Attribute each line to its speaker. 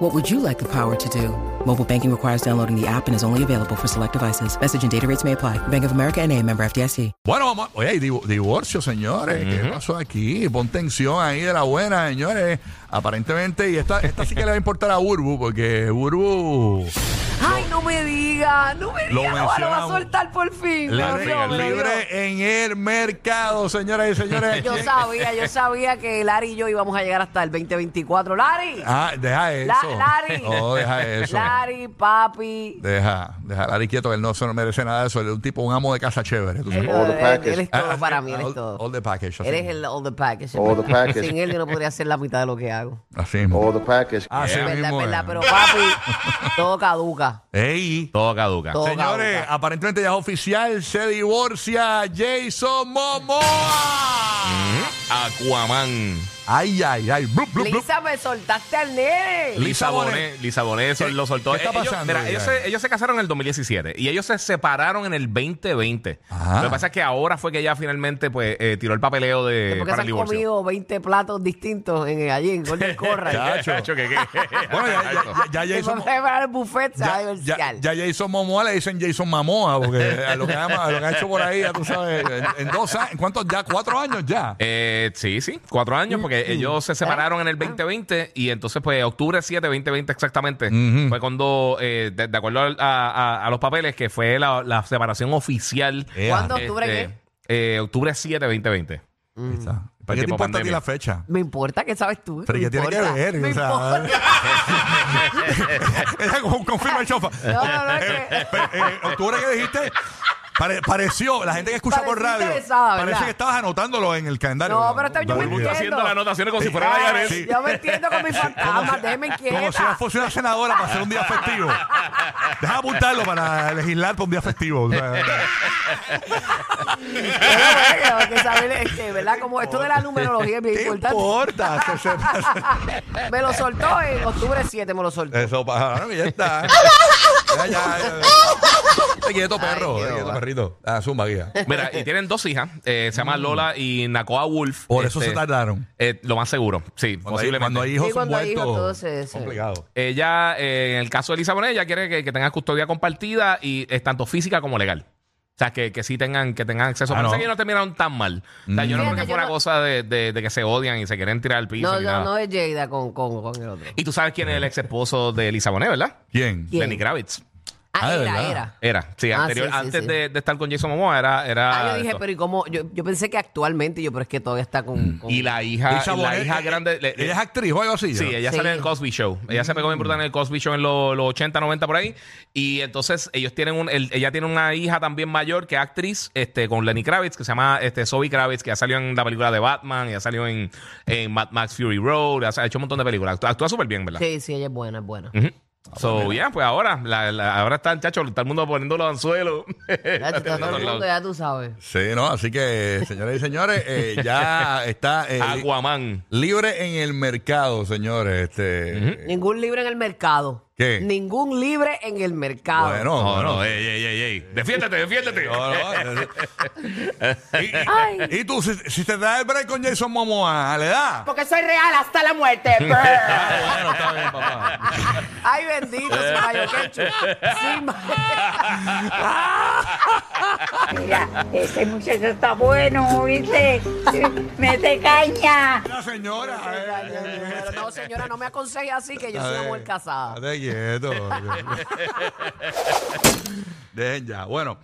Speaker 1: What would you like the power to do? Mobile banking requires downloading the app and is only available for select devices. Message and data rates may apply. Bank of America and a member FDIC.
Speaker 2: Bueno, vamos. a- Oye, hay divo- divorcio, señores. ¿Qué pasó aquí? Pon tensión ahí de la buena, señores. Aparentemente, y esta, esta sí que le va a importar a Urbu, porque Urbu
Speaker 3: Ay, no me diga, no me
Speaker 2: Lo
Speaker 3: diga, no, lo va a
Speaker 2: mencionamos.
Speaker 3: soltar por fin.
Speaker 2: le
Speaker 3: Dios mío, me lo dio.
Speaker 2: libre en el mercado, señoras y señores.
Speaker 3: Yo sabía, yo sabía que Lari y yo íbamos a llegar hasta el 2024. Lari,
Speaker 2: Ah, deja eso.
Speaker 3: La- Lari.
Speaker 2: No, deja eso.
Speaker 3: Lari, papi.
Speaker 2: Deja, deja a Lari quieto, él no se no merece nada de eso. Él es un tipo, un amo de casa chévere. tú sabes.
Speaker 3: Él-
Speaker 4: the package.
Speaker 3: él es
Speaker 2: Ah,
Speaker 3: todo
Speaker 2: ah,
Speaker 3: para mí, él
Speaker 2: all-
Speaker 3: es todo.
Speaker 2: all the package, así
Speaker 3: Eres
Speaker 2: mismo.
Speaker 3: el all the package.
Speaker 4: All the package.
Speaker 3: Sin él yo no podría hacer la mitad de lo que hago.
Speaker 2: Así mismo.
Speaker 4: All the package.
Speaker 2: Así
Speaker 3: Es verdad, es
Speaker 2: mismo.
Speaker 3: verdad,
Speaker 2: es.
Speaker 3: pero papi, todo caduca.
Speaker 2: Ey.
Speaker 5: Todo caduca.
Speaker 3: Todo
Speaker 2: Señores,
Speaker 3: caduca.
Speaker 2: aparentemente ya es oficial, se divorcia Jason Momoa.
Speaker 5: ¿Mm? Aquaman.
Speaker 2: Ay, ay, ay. Blup, blup, blup.
Speaker 3: Lisa, me soltaste al nene.
Speaker 2: Lisa
Speaker 5: Lisa
Speaker 2: Bonet.
Speaker 5: Bonet, Lisa Bonet eso
Speaker 2: ¿Qué-
Speaker 5: lo soltó.
Speaker 2: qué está
Speaker 5: Ellos-
Speaker 2: pasando
Speaker 5: mira,
Speaker 2: ya?
Speaker 5: ellos, se, ellos se casaron en el 2017 y ellos se separaron en el 2020.
Speaker 2: Ajá.
Speaker 5: Lo que pasa es que ahora fue que ella finalmente pues eh, tiró el papeleo de
Speaker 3: Porque se
Speaker 5: para el
Speaker 3: han
Speaker 5: divorcio.
Speaker 3: comido 20 platos distintos en, allí en Golden Corral.
Speaker 2: Chacho.
Speaker 5: Chacho, que- que-
Speaker 2: Bueno, ya, ya, ya, ya
Speaker 3: Se
Speaker 2: Jason
Speaker 3: van a preparar el buffet, se va
Speaker 2: ya,
Speaker 3: a
Speaker 2: ya,
Speaker 3: divorciar.
Speaker 2: ya Jason Momoa le dicen Jason Mamoa, porque a lo que, ha, a lo que ha hecho por ahí, ya tú sabes, en, en dos años, ¿en cuántos ya? ¿Cuatro años ya?
Speaker 5: Eh, sí, sí, cuatro años, porque
Speaker 2: Mm-hmm.
Speaker 5: ellos se separaron en
Speaker 3: Ah.
Speaker 5: el 2020 y entonces, pues, octubre 7, 2020 exactamente,
Speaker 2: Mm-hmm.
Speaker 5: fue cuando, eh, de, de acuerdo al- a, a- a los papeles, que fue la, la separación oficial.
Speaker 2: Ea.
Speaker 3: ¿Cuándo octubre
Speaker 5: Este,
Speaker 3: qué?
Speaker 5: eh, octubre 7, 2020.
Speaker 3: Mm.
Speaker 2: Ahí está. ¿Para qué te
Speaker 5: Tiempo
Speaker 2: importa a ti
Speaker 5: pandemia.
Speaker 2: la fecha?
Speaker 3: Me importa que sabes tú.
Speaker 2: Pero
Speaker 3: me
Speaker 2: ¿qué tiene que
Speaker 3: importa,
Speaker 2: ver?
Speaker 3: me
Speaker 2: O sea,
Speaker 3: importa.
Speaker 2: Ella con- confirma el chofa.
Speaker 3: No, no, no, es que-
Speaker 2: Eh, eh, ¿Octubre que dijiste? Pare- pareció, la gente que escucha por
Speaker 3: Pareció
Speaker 2: radio,
Speaker 3: interesada, ¿verdad?
Speaker 2: parece que estabas anotándolo en el calendario.
Speaker 3: No, pero está- yo me
Speaker 2: Dale,
Speaker 3: entiendo.
Speaker 2: dale.
Speaker 5: Haciendo las anotaciones como si fuera
Speaker 3: Ay,
Speaker 5: la Yaretz.
Speaker 2: Sí.
Speaker 3: Yo me entiendo con mis
Speaker 2: Como
Speaker 3: fantasmas,
Speaker 2: si-
Speaker 3: déjeme
Speaker 2: Como si
Speaker 3: quieta.
Speaker 2: ella fuese una senadora para hacer un día festivo. Deja apuntarlo para legislar para un día festivo. o sea,
Speaker 3: Pero bueno, que saber, este, ¿verdad? Como esto de la numerología es bien
Speaker 2: ¿Qué
Speaker 3: importante.
Speaker 2: importa? Se- se-
Speaker 3: Me lo soltó en octubre 7, me lo soltó.
Speaker 2: Eso pasa. Ya está. Ya, ya, ya. Te quieto, perro.
Speaker 3: Ay,
Speaker 2: Te
Speaker 3: Dios.
Speaker 2: quieto, perrito. Ah, zumba, guía.
Speaker 5: Mira, y tienen dos hijas, eh, se llaman Lola y Nakoa Wolf.
Speaker 2: Mm. Por eso
Speaker 5: Este,
Speaker 2: se tardaron.
Speaker 5: eh, lo más seguro, sí,
Speaker 2: Cuando hay,
Speaker 5: posiblemente.
Speaker 2: cuando hay hijos
Speaker 3: Sí, cuando hay
Speaker 2: muertos.
Speaker 3: hijos, todo se- se-
Speaker 2: Complicado.
Speaker 5: Ella, eh, en el caso de Elisa Bonet, ella quiere que, que tengan custodia compartida y es tanto física como legal. O sea, que, que sí tengan, que tengan acceso.
Speaker 2: Ah,
Speaker 5: Parece
Speaker 2: no. Mm.
Speaker 5: que ellos no terminaron tan mal. O sea, yo
Speaker 3: Fíjate,
Speaker 5: no creo que
Speaker 3: yo
Speaker 5: fue una
Speaker 3: no-
Speaker 5: cosa de, de- de que se odian y se quieren tirar al piso.
Speaker 3: No,
Speaker 5: ni
Speaker 3: no,
Speaker 5: nada.
Speaker 3: no es Jada con, con, con el otro.
Speaker 5: Y tú sabes quién es el ex esposo de Elisa Bonet, ¿verdad?
Speaker 2: ¿Quién?
Speaker 3: ¿Quién?
Speaker 5: Lenny Kravitz.
Speaker 3: Ah,
Speaker 2: Ah, de
Speaker 3: era,
Speaker 2: verdad.
Speaker 3: era.
Speaker 5: Era. Sí,
Speaker 3: Ah,
Speaker 5: anterior,
Speaker 3: sí, sí,
Speaker 5: antes
Speaker 3: sí.
Speaker 5: De, de estar con Jason Momoa era.
Speaker 3: Ah,
Speaker 5: era
Speaker 3: yo dije,
Speaker 5: esto.
Speaker 3: pero ¿y cómo? Yo, yo pensé que actualmente, yo, pero es que todavía está
Speaker 2: Mm.
Speaker 3: con. con-
Speaker 5: Y la hija,
Speaker 2: Lisa
Speaker 5: la
Speaker 2: Bonet,
Speaker 5: hija
Speaker 2: eh,
Speaker 5: grande. le- le-
Speaker 2: ¿Ella es actriz o algo así?
Speaker 5: Sí,
Speaker 2: ¿no?
Speaker 5: ella
Speaker 3: Sí.
Speaker 5: sale en el Cosby Show. Ella se pegó bien brutal en el Cosby Show en los, los 80, 90 por ahí. Y entonces ellos tienen un, el- ella tiene una hija también mayor que es actriz, este, con Lenny Kravitz, que se llama este, Zoe Kravitz, que ya salió en la película de Batman, ya salió en, en Mad Max Fury Road, ya sa- ha hecho un montón de películas. Actúa, actúa súper bien, ¿verdad?
Speaker 3: Sí, sí, ella es buena, es buena.
Speaker 5: Ujú. So, ya, pues ahora, la- la- ahora está el chacho, está el mundo poniendo los anzuelos.
Speaker 2: Eh,
Speaker 3: Ya, chico, todo el mundo, ya tú sabes.
Speaker 2: Sí, no, así que, señores y señores, eh, ya está eh, li-
Speaker 5: Aquaman.
Speaker 2: libre en el mercado, señores. Este,
Speaker 3: Ningún libre en el mercado.
Speaker 2: ¿Qué?
Speaker 3: Ningún libre en el mercado.
Speaker 2: Bueno,
Speaker 5: No,
Speaker 2: bueno.
Speaker 5: no, ey, ey, ey, ey. Defiéndete,
Speaker 2: eh,
Speaker 5: defiéndete.
Speaker 2: No, no,
Speaker 3: Ay.
Speaker 2: y, y tú, si, si te da el break con Jason Momoa, ¿le da?
Speaker 6: Porque soy real hasta la muerte. Brr.
Speaker 2: Bueno, está bien, papá.
Speaker 3: Ay, bendito, sin mayo quechu. Sin mayo-
Speaker 6: Mira, este muchacho está bueno, ¿viste? Mete caña.
Speaker 2: La señora. eh,
Speaker 3: Pero no, señora, no me aconseje así que yo
Speaker 2: A
Speaker 3: soy una
Speaker 2: ver,
Speaker 3: mujer casada.
Speaker 2: estate quieto. Dejen ya. Bueno,